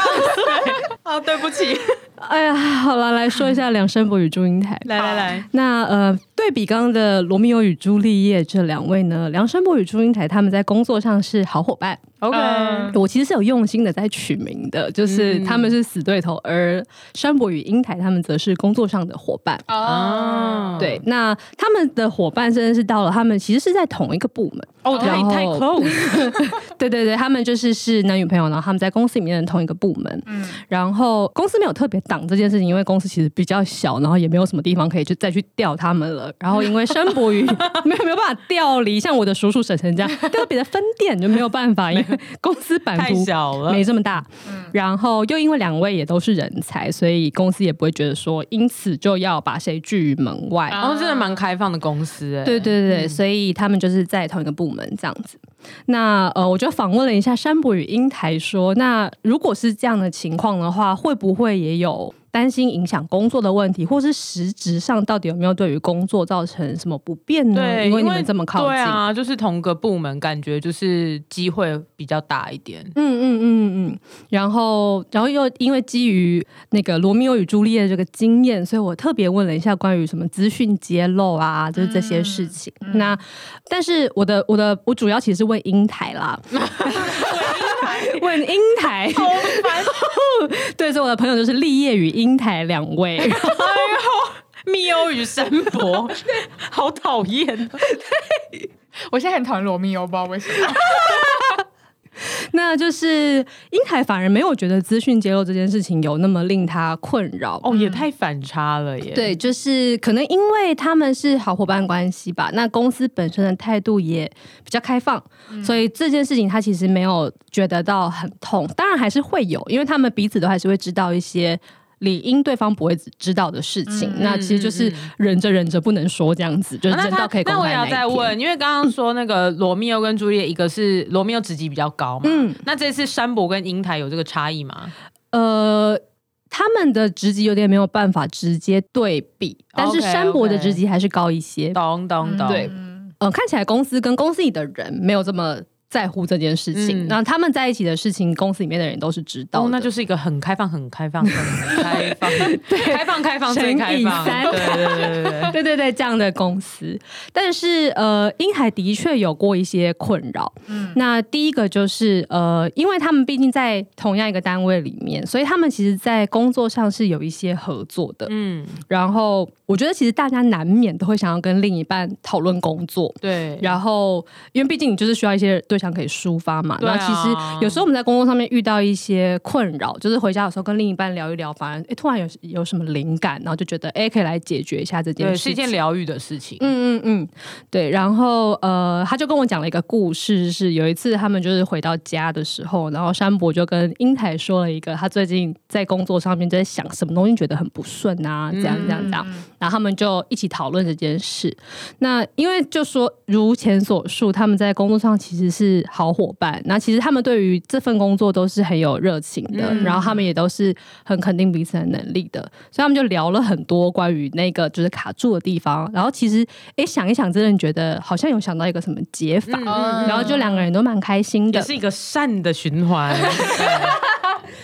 S3: 啊，对 [LAUGHS] 不起，
S4: 哎呀，好了，来说一下梁山伯与祝英台。
S3: 来来来，
S4: 那呃，对比刚刚的罗密欧与朱丽叶这两位呢，梁山伯与祝英台他们在工作上是好伙伴。
S3: OK，
S2: 嗯
S4: 我其实是有用心的在取名的，就是他们是死对头，而山伯与英台他们则是工作上的伙伴。
S2: 哦，
S3: 哦
S4: 对，那他们的伙伴真的是到了，他们其实是在同一个部门。
S3: 哦，太
S4: 然后
S3: 太 close，
S4: [LAUGHS] 对对对，他们就是是男女朋友，然后他们在公司里面的同一个部门。
S2: 嗯，
S4: 然后公司没有特别挡这件事情，因为公司其实比较小，然后也没有什么地方可以去再去调他们了。然后因为山伯与 [LAUGHS] 没有没有办法调离，像我的叔叔婶婶这样调到别的分店就没有办法，因
S3: [LAUGHS]
S4: 为公司版
S3: 太
S4: 图
S3: 小了，
S4: 没这么大。然后又因为两位也都是人才，所以公司也不会觉得说因此就要把谁拒于门外。
S3: 然哦后真的蛮开放的公司，哎
S4: 对对对，所以他们就是在同一个部门这样子。那呃，我就访问了一下山伯与英台说，那如果是这样的情况的话，会不会也有担心影响工作的问题，或是实质上到底有没有对于工作造成什么不便呢？
S3: 对，
S4: 因为你们这么靠
S3: 对
S4: 近，
S3: 啊，就是同个部门，感觉就是机会比较大一点。
S4: 嗯嗯嗯嗯，然后然后又因为基于那个罗密欧与朱丽叶这个经验，所以我特别问了一下关于什么资讯揭露啊，就是这些事情。那但是我的我的我主要其实是 [LAUGHS] 问英台啦，问英台，好
S3: [LAUGHS]
S4: 烦。对，所以我的朋友就是立业与英台两位。 [LAUGHS]
S3: 密欧与山 [LAUGHS] 伯，好讨厌！
S2: 我现在很讨厌罗密欧，不知道为什么。
S4: 那就是英台反而没有觉得资讯揭露这件事情有那么令他困扰
S3: 哦，也太反差了耶。
S4: 对，就是可能因为他们是好伙伴关系吧，那公司本身的态度也比较开放，
S3: 嗯
S4: 所以这件事情他其实没有觉得到很痛。当然还是会有，因为他们彼此都还是会知道一些理应对方不会知道的事情。
S3: 嗯
S4: 那其实就是忍着忍着不能说这样子，就
S3: 啊
S4: 是
S3: 那
S4: 忍到
S3: 他
S4: 可以公
S3: 那我
S4: 开
S3: 也
S4: 那
S3: 要
S4: 一
S3: 再
S4: 天
S3: 问，因为刚刚说那个罗密欧跟朱丽叶，一个是罗密欧职级比较高嘛，
S4: 嗯
S3: 那这次山伯跟英台有这个差异吗？
S4: 呃，他们的职级有点没有办法直接对比，但是
S3: OK，
S4: 山伯的
S3: OK
S4: 职级还是高一些。
S3: 懂懂懂，
S4: 对
S2: 嗯
S4: 呃，看起来公司跟公司里的人没有这么在乎这件事情，
S3: 嗯
S4: 那他们在一起的事情，公司里面的人都是知道的。
S3: 哦，那就是一个很开放、很开放、
S4: [LAUGHS]
S3: 很开放、开放、开放、最开放，
S4: 乘以三
S3: 对对对对对。
S4: 对对对，这样的公司，但是呃，英海的确有过一些困扰。
S2: 嗯，
S4: 那第一个就是呃，因为他们毕竟在同样一个单位里面，所以他们其实，在工作上是有一些合作的。
S3: 嗯，
S4: 然后，我觉得其实大家难免都会想要跟另一半讨论工作，
S3: 对，
S4: 然后，因为毕竟你就是需要一些对向可以抒发嘛。
S3: 对
S4: 那
S3: 啊
S4: 其实有时候我们在工作上面遇到一些困扰，就是回家有时候跟另一半聊一聊，反而哎、诶突然有有什么灵感，然后就觉得哎、诶可以来解决一下这件
S3: 对，
S4: 事
S3: 是一
S4: 情。
S3: 件疗愈的事情。
S4: 嗯嗯嗯，对。然后呃，他就跟我讲了一个故事，是有一次他们就是回到家的时候，然后山伯就跟英台说了一个他最近在工作上面在想什么东西觉得很不顺啊，这样这样这样。然后他们就一起讨论这件事。那因为就说如前所述，他们在工作上其实是好伙伴，那其实他们对于这份工作都是很有热情的，
S3: 嗯
S4: 然后他们也都是很肯定彼此的能力的，所以他们就聊了很多关于那个就是卡住的地方。然后其实诶想一想，真的觉得好像有想到一个什么解法，
S5: 嗯
S4: 然后就两个人都蛮开心
S3: 也
S4: 的，
S3: 是一个善的循
S4: [LAUGHS]
S3: 环，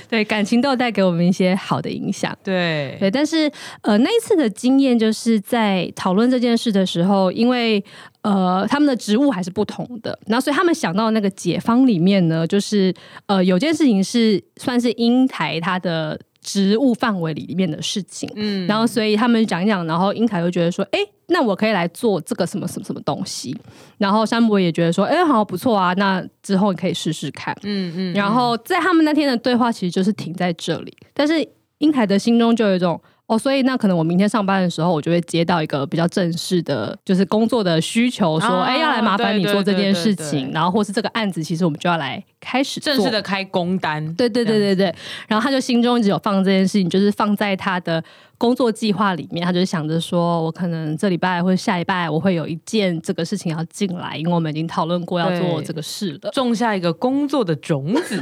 S4: 对感情都有带给我们一些好的影响。
S3: 对，
S4: 对，但是呃，那一次的经验就是在讨论这件事的时候，因为呃，他们的职务还是不同的，然后所以他们想到那个解方里面呢，就是呃，有件事情是算是英台他的职务范围里面的事情，
S3: 嗯
S4: 然后所以他们讲一讲，然后英凯就觉得说，哎、那我可以来做这个什么什么什么东西，然后山伯也觉得说，哎、好不错啊，那之后你可以试试看，
S3: 嗯嗯
S4: 然后在他们那天的对话其实就是停在这里，但是英台的心中就有一种哦，所以那可能我明天上班的时候，我就会接到一个比较正式的，就是工作的需求，说
S3: 啊
S4: 哎、要来麻烦你
S3: 对
S4: 做这
S3: 对对
S4: 件事
S3: 对
S4: 情，
S3: 对
S4: 然后或是这个案子，其实我们就要来开始
S3: 正
S4: 做
S3: 式的开工单，
S4: 对对对对对，然后他就心中一直有放这件事情，就是放在他的工作计划里面，他就想着说，我可能这礼拜或者下礼拜我会有一件这个事情要进来，因为我们已经讨论过要做
S3: 对
S4: 这个事了。
S3: 种下一个工作的种
S4: [LAUGHS]
S3: 子，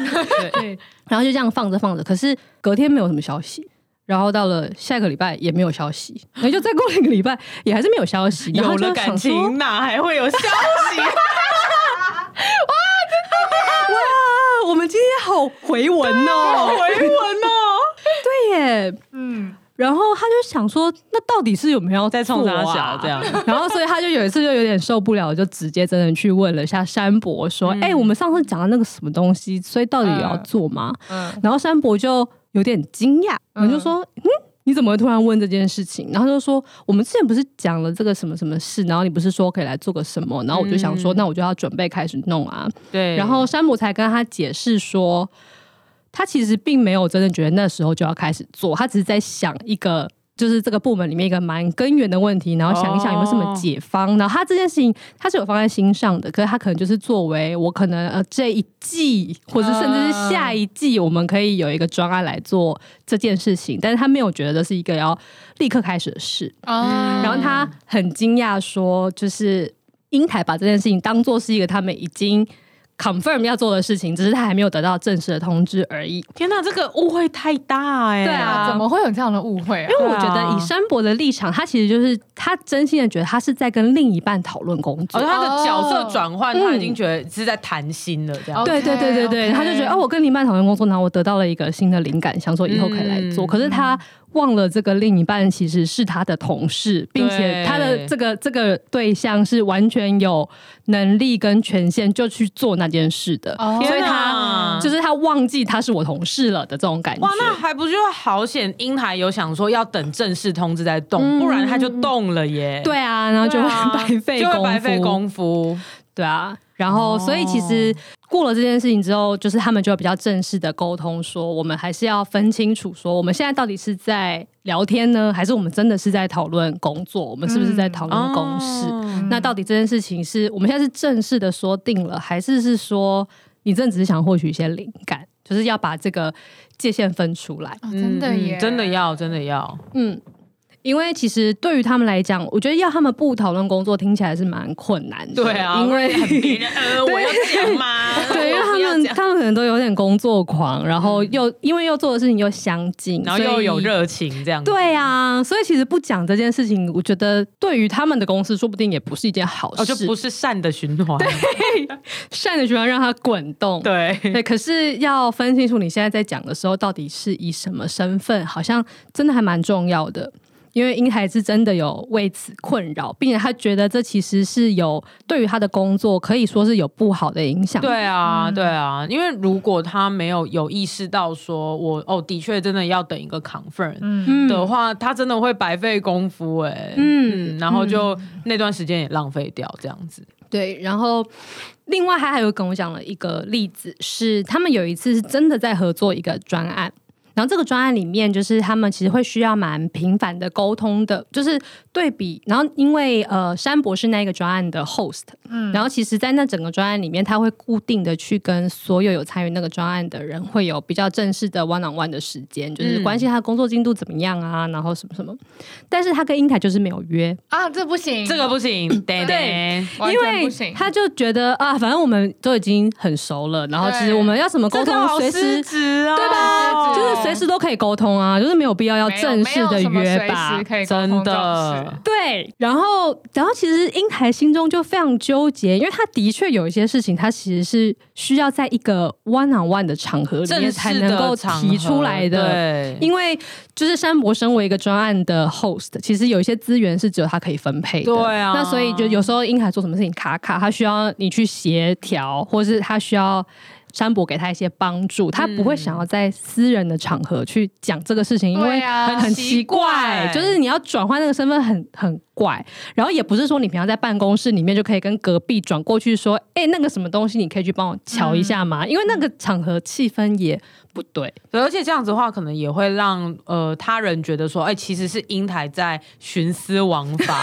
S3: 对，
S4: 然后就这样放着放着，可是隔天没有什么消息，然后到了下个礼拜也没有消息，然后就再过了一个礼拜也还是没有消息，然后
S3: [LAUGHS] 有
S4: 就
S3: 了
S4: 想
S3: 感
S4: 说
S3: 情哪还会有
S4: [LAUGHS]
S3: 消息？
S4: 啊，我们今天好回文哦，
S3: 回文
S4: [LAUGHS]
S3: 哦，
S4: 对耶。
S2: 嗯，
S4: 然后他就想说，那到底是有没有要
S3: 在冲
S4: 做
S3: 啥
S4: 啊
S3: 小这样？
S4: 然后，所以他就有一次就有点受不了，就直接真的去问了一下山伯，说：“
S3: 嗯
S4: 哎、我们上次讲的那个什么东西，所以到底有要做吗？”
S2: 嗯
S4: 然后山伯就有点惊讶，我
S2: 嗯
S4: 就说：“嗯，你怎么会突然问这件事情？”然后他就说：“我们之前不是讲了这个什么什么事，然后你不是说可以来做个什么？”然后我就想
S2: 嗯
S4: 说：“那我就要准备开始弄啊。”
S3: 对，
S4: 然后山姆才跟他解释说，他其实并没有真的觉得那时候就要开始做，他只是在想一个。就是这个部门里面一个蛮根源的问题，然后想一想有没有什么解方。然后他这件事情他是有放在心上的，可是他可能就是作为我可能呃这一季，或者甚至是下一季，我们可以有一个专案来做这件事情，但是他没有觉得是一个要立刻开始的事。
S2: 啊
S4: 然后他很惊讶说，就是英台把这件事情当做是一个他们已经 confirm 要做的事情，只是他还没有得到正式的通知而已。
S3: 天哪，这个误会太大哎，
S4: 对啊
S2: 怎么会有这样的误会啊
S4: 因？为我
S3: 对啊
S4: 觉得以山伯的立场，他其实就是他真心的觉得他是在跟另一半讨论工
S3: 哦，
S4: 作。
S3: 他的角色转换，他已
S4: 嗯
S3: 经觉得是在谈心了，这样。
S2: 哦
S4: 对对对对对
S2: OK，OK
S4: 他就觉得哦，我跟另一半讨论工作，然后我得到了一个新的灵感，想说以后可以来做。
S3: 嗯
S4: 可是他忘了这个另一半其实是他的同事，并且
S3: 对
S4: 他的这个这个对象是完全有能力跟权限就去做那件事的，
S2: 哦
S4: 所以
S3: 天
S4: 他
S3: 哪
S4: 就是他忘记他是我同事了的这种感觉
S3: 啊哇。，那还不就好险？英台有想说要等正式通知再动，
S4: 嗯
S3: 不然他就动了耶。
S4: 对啊，然后就
S3: 对
S4: 会
S3: 啊，
S4: [LAUGHS] 白费
S3: 就
S4: 功
S3: 会
S4: 夫，
S3: 白费功哦夫。
S4: 对啊，然后所以其实过了这件事情之后，就是他们就比较正式的沟通说，我们还是要分清楚，说我们现在到底是在聊天呢，还是我们真的是在讨论工作？我们是不是在讨论公事？
S3: 哦
S2: 嗯
S4: 那到底这件事情是我们现在是正式的说定了，还是是说你真的只是想获取一些灵感？就是要把这个界限分出来。
S2: 哦真的
S3: 嗯
S2: 耶，
S3: 真的要，真的要。
S4: 嗯，因为其实对于他们来讲，我觉得要他们不讨论工作，听起来是蛮困难的。
S3: 对啊，
S4: 因为
S3: 很别人，呃，我要讲吗？
S4: [LAUGHS] 对，因为他
S3: 我要
S4: 们
S3: 讲嗯
S4: 他们可能都有点工作狂，然后又因为又做的事情又相近，
S3: 然后
S4: 所
S3: 又
S4: 以
S3: 有。热情这样子。
S4: 对啊，所以其实不讲这件事情，我觉得对于他们的公司，说不定也不是一件好事。
S3: 哦，就不是善的循环。
S4: 善的循环让它滚动。
S3: [LAUGHS] 对
S4: 对，可是要分清楚你现在在讲的时候，到底是以什么身份，好像真的还蛮重要的。因为英台是真的有为此困扰，并且他觉得这其实是有对于他的工作可以说是有不好的影响。
S3: 对
S4: 嗯
S3: 啊，对啊，因为如果他没有有意识到说我哦，的确真的要等一个 confirm
S2: 嗯，
S4: 嗯，
S3: 的话，他真的会白费功夫哎、
S4: 嗯
S3: 嗯，然后就那段时间也浪费掉这样子。
S4: 对，然后另外还还有跟我讲了一个例子，是他们有一次是真的在合作一个专案。然后这个专案里面，就是他们其实会需要蛮频繁的沟通的，就是对比。然后因为呃，山博是那个专案的 host，嗯，然后其实，在那整个专案里面，他会固定的去跟所有有参与那个专案的人，会有比较正式的 one on one 的时间，就是关心他的工作进度怎么样啊，然后什么什么。但是他跟英凯就是没有约，
S2: 啊，这不行，
S4: 嗯
S3: 这个不行，对对，
S2: 完
S4: 因
S2: 全不
S4: 为
S2: 行。
S4: 他就觉得啊，反正我们都已经很熟了，然后其实我们要怎么沟
S3: 这个
S4: 通，
S3: 好
S4: 随时
S3: 失职啊，
S4: 对
S2: 哦
S4: 吧？就是随时都可以沟通啊，就是没有必要要
S2: 没有
S4: 正式的约
S2: 没有什么随
S4: 吧
S2: 时。可以沟
S3: 真
S2: 通这
S3: 的
S2: 种事
S4: 对，然后，然后其实英台心中就非常纠结，因为他的确有一些事情，他其实是需要在一个 one on one 的场合里面
S3: 正
S4: 才
S3: 式
S4: 能够
S3: 的场合
S4: 提出来的。
S3: 对
S4: 因为就是山伯身为一个专案的 host，其实有一些资源是只有他可以分配的。
S3: 对啊
S4: 那所以就有时候英凯做什么事情卡卡，他需要你去协调，或是他需要山伯给他一些帮助，他不会想要在私人的场合去讲这个事情，因
S2: 对
S4: 为
S2: 啊
S4: 很奇怪，
S3: 很奇怪
S4: 就是你要转换那个身份很很怪。然后也不是说你平常在办公室里面就可以跟隔壁转过去说，哎、那个什么东西你可以去帮我瞧一下吗？因为那个场合气氛也不对。
S3: 对，而且这样子的话，可能也会让呃他人觉得说，哎、其实是英台在徇私枉
S4: [LAUGHS]
S3: 法，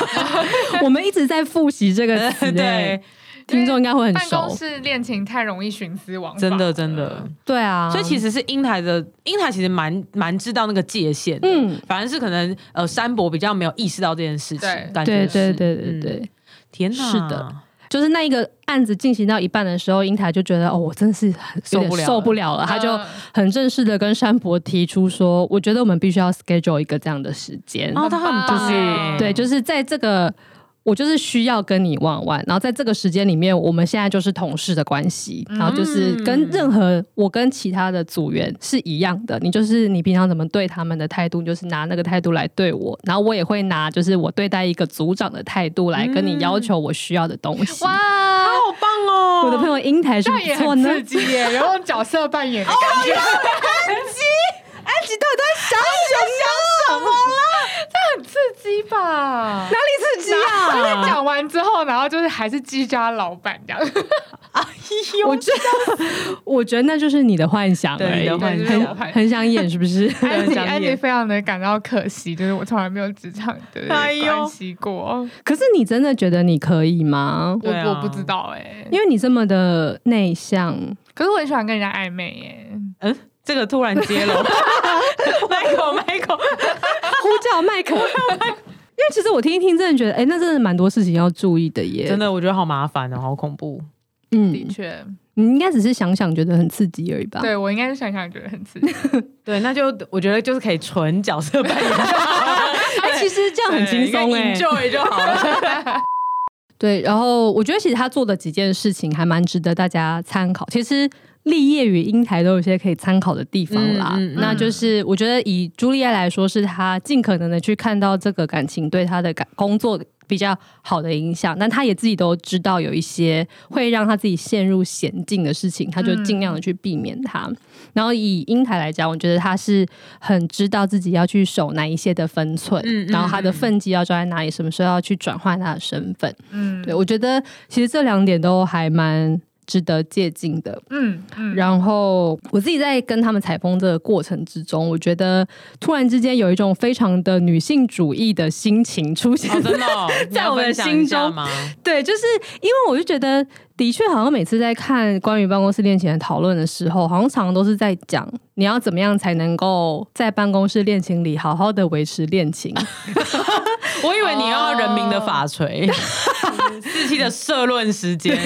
S4: 我们一直在复习这个
S3: [LAUGHS]
S4: 词、
S3: 对
S4: [LAUGHS] 欸，，听众应该会很
S2: 办公
S4: 熟。
S2: 室恋情太容易徇私枉法，嗯
S3: 真的真的。
S4: 对啊，
S3: 所以其
S4: 实
S3: 实是英台的英台其实蛮蛮知道那个界限的，
S4: 嗯
S3: 反而是可能呃山伯比较没有意识到这件事情
S2: 对，
S3: 感
S4: 对
S3: 觉
S4: 对
S3: 是
S4: 对对对，，
S3: 嗯天哪，
S4: 是的，就是那一个案子进行到一半的时候，英台就觉得哦，我真的是很
S3: 受
S4: 有点
S3: 不了了
S4: 受不了了，他就
S2: 嗯
S4: 很正式的跟山伯提出说，我觉得我们必须要 schedule 一个这样的时间，
S3: 哦，他很棒
S2: 就是
S3: 哎
S4: 对，就是在这个。我就是需要跟你玩玩，然后在这个时间里面，我们现在就是同事的关系，然后就是跟任何我跟其他的组员是一样的，你就是你平常怎么对他们的态度，你就是拿那个态度来对我，然后我也会拿就是我对待一个组长的态度来跟你要求我需要的东西。
S2: 哇，
S3: 好棒哦，
S4: 我的朋友英台是
S2: 这
S4: 不
S2: 样也
S4: 错
S2: 很
S4: 呢，哦
S2: 刺激耶，有种角色扮演的感觉，
S8: 安吉到底在想什么？想什么
S3: [LAUGHS]
S8: 啦？
S2: 很刺激吧？
S8: 哪里刺激啊？
S3: [LAUGHS]
S2: 就是讲完之后，然后就是还是居家老板这样，
S3: 哎
S4: 我觉得我觉得那就是你的幻想
S3: 对
S4: 而已
S3: 你的幻
S2: 想哎
S4: 很很想演是不是？
S2: 安吉
S3: 讲
S2: 安吉
S3: 演
S2: 非常的感到可惜，就是我从来没有职场的
S3: 哎呦
S2: 关系过，
S4: 可是你真的觉得你可以吗？
S2: 我
S3: 对啊
S2: 我不知道哎，
S4: 因为你这么的内向，
S2: 可是我很喜欢跟人家暧昧耶，
S3: 嗯，这个突然揭 [LAUGHS] 露，Michael Michael，
S4: 呼叫麦克。因为其实我听一听，真的觉得，哎、那真的蛮多事情要注意的耶。
S3: 真，的我觉得好麻烦哦，好恐怖。
S4: 嗯，
S2: 的确，
S4: 你应该只是想想觉得很刺激而已吧？
S2: 对我应该是想想觉得很刺
S4: [LAUGHS]
S2: 激，
S3: 对，那就我觉得就是可以纯角色扮演就好了，
S4: 哎、其实这样很轻松
S3: 欸
S4: 哎。
S3: ，enjoy 就好了。
S4: 对，然后我觉得其实他做的几件事情还蛮值得大家参考。其实立业与英台都有一些可以参考的地方啦。
S3: 嗯嗯嗯
S4: 那就是我觉得以朱丽叶来说，是她尽可能的去看到这个感情对她的感工作比较好的影响，但她也自己都知道有一些会让她自己陷入险境的事情，她就尽
S3: 嗯
S4: 量的去避免它。然后以英台来讲，我觉得她是很知道自己要去守哪一些的分寸，
S3: 嗯嗯
S4: 然后她的分际要抓在哪里，什么时候要去转换她的身份。
S2: 嗯
S4: 对，我觉得其实这两点都还蛮值得借鉴的。
S2: 嗯嗯，
S4: 然后我自己在跟他们采风的过程之中，我觉得突然之间有一种非常的女性主义的心情出现
S3: 哦， [LAUGHS] 真的 [LAUGHS] 哦，你
S4: 在
S3: 要
S4: 我们
S3: 分享
S4: 心
S3: 一下
S4: 中
S3: 吗？
S4: 对，就是因为我就觉得，的确好像每次在看关于办公室恋情的讨论的时候，好像常常都是在讲你要怎么样才能够在办公室恋情里好好的维持恋情。
S3: 我以为你要人民的法锤， [LAUGHS] 四期的社论时 [LAUGHS] 间。
S4: [LAUGHS]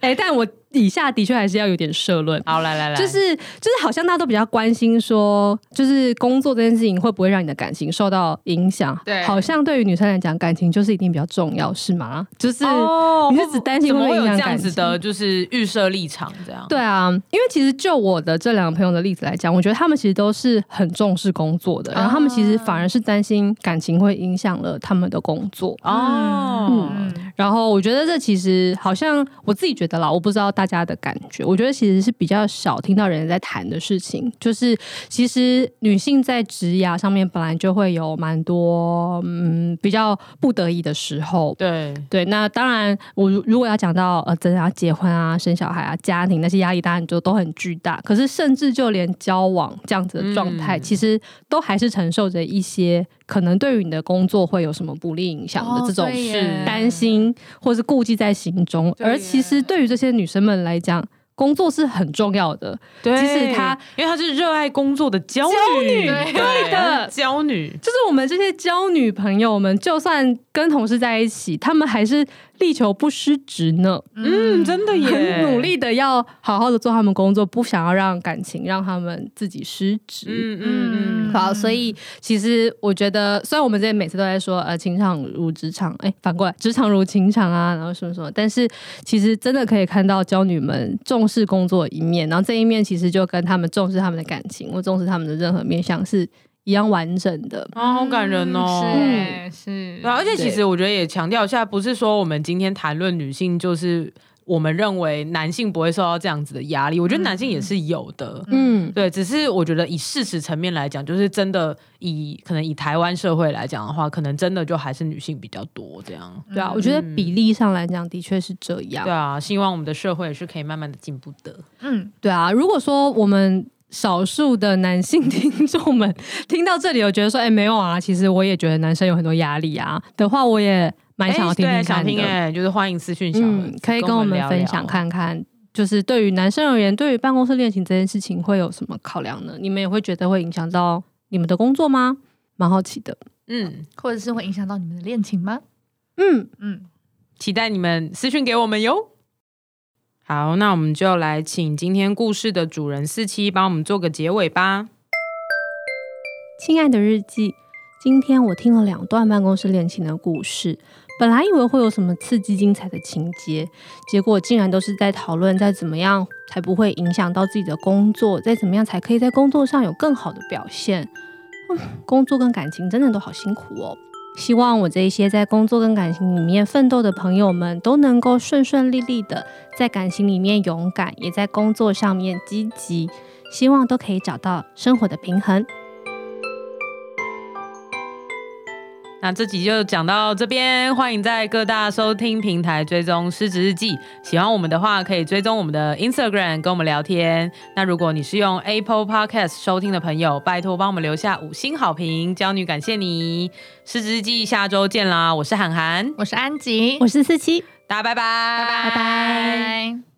S4: 哎，但我以下的确还是要有点社论。
S3: 好，来来来，
S4: 就是就是好像大家都比较关心说，就是工作这件事情会不会让你的感情受到影响？
S2: 对
S4: 好像对于女生来讲，感情就是一定比较重要，是吗？就是、
S3: 哦
S4: 你是只担心
S3: 怎
S4: 会
S3: 么
S4: 不
S3: 会
S4: 会
S3: 有
S4: 影
S3: 这
S4: 响
S3: 样
S4: 感
S3: 子
S4: 情？
S3: 的，就是预设立场这样？
S4: 对啊，因为其实就我的这两个朋友的例子来讲，我觉得他们其实都是很重视工作的，然后他们其实反而是担心感情会影响了他们的工作。
S3: 哦，
S4: 嗯然后我觉得这其实好像我自己觉得啦，我不知道大大家的感觉，我觉得其实是比较少听到人在谈的事情。就是其实女性在职涯上面本来就会有蛮多嗯比较不得已的时候。
S3: 对，
S4: 对，那当然，我如如果要讲到呃，真的要结婚啊、生小孩啊、家庭那些压力，当然就都很巨大。可是，甚至就连交往这样子的状态，
S3: 嗯
S4: 其实都还是承受着一些可能对于你的工作会有什么不利影响的这种
S5: 对
S3: 是
S5: 耶
S4: 担心或是顾忌在心中。
S2: 对
S4: 而其实对于这些女生们来讲，工作是很重要的。
S3: 对
S4: 即使她
S3: 因为她是热爱工作的娇女，
S2: 对
S3: 对
S4: 的
S3: 娇女，
S4: 就是我们这些娇女朋友们，就算跟同事在一起，她们还是力求不失职呢。
S3: 嗯，真的也
S4: 很努，力的要好好的做他们工作，不想要让感情让他们自己失职。
S3: 嗯嗯嗯，
S4: 好，所以其实我觉得，虽然我们这每次都在说，呃，情场如职场，哎、反过来，职场如情场啊，然后什么什么，但是其实真的可以看到娇女们重视工作的一面，然后这一面其实就跟他们重视他们的感情或重视他们的任何面向是一样完整的。
S3: 啊，好感人哦，
S2: 嗯是是，
S3: 对啊，而且其
S4: 对
S3: 实我觉得也强调一下，不是说我们今天谈论女性就是我们认为男性不会受到这样子的压力，我觉得男性也是有的。
S4: 嗯，
S3: 对，只是我觉得以事实层面来讲，就是真的以可能以台湾社会来讲的话，可能真的就还是女性比较多这样。
S4: 对啊，我觉得比例上来讲，的确是这样
S3: 对。啊，希望我们的社会也是可以慢慢的进步的。
S2: 嗯，
S4: 对啊，如果说我们少数的男性听众们听到这里，有觉得说，哎、没有啊，其实我也觉得男生有很多压力啊的话，我也蛮想要听
S3: 哎
S4: 听
S3: 对想
S4: 看的。
S3: 听哎、就是欢迎私讯小文、
S4: 嗯，可以跟我们
S3: 聊
S4: 分
S3: 聊
S4: 享。看看。就是对于男生而言，对于办公室恋情这件事情会有什么考量呢？你们也会觉得会影响到你们的工作吗？蛮好奇的。
S3: 嗯，
S2: 或者是会影响到你们的恋情吗？
S4: 嗯，
S2: 嗯，
S3: 期待你们私讯给我们哟。好，那我们就来请今天故事的主人四七帮我们做个结尾吧。
S4: 亲爱的日记，今天我听了两段办公室恋情的故事，本来以为会有什么刺激精彩的情节，结果竟然都是在讨论在怎么样才不会影响到自己的工作，再怎么样才可以在工作上有更好的表现。嗯，工作跟感情真的都好辛苦哦。希望我这一些在工作跟感情里面奋斗的朋友们，都能够顺顺利利的在感情里面勇敢，也在工作上面积极，希望都可以找到生活的平衡。
S3: 那这集就讲到这边，欢迎在各大收听平台追踪《失职日记》。喜欢我们的话，可以追踪我们的 Instagram 跟我们聊天。那如果你是用 Apple Podcast 收听的朋友，拜托帮我们留下五星好评，娇女感谢你。《失职日记》下周见啦！我是涵涵，
S5: 我是安吉，
S4: 我是四七。
S3: 大家拜拜，
S5: 拜拜。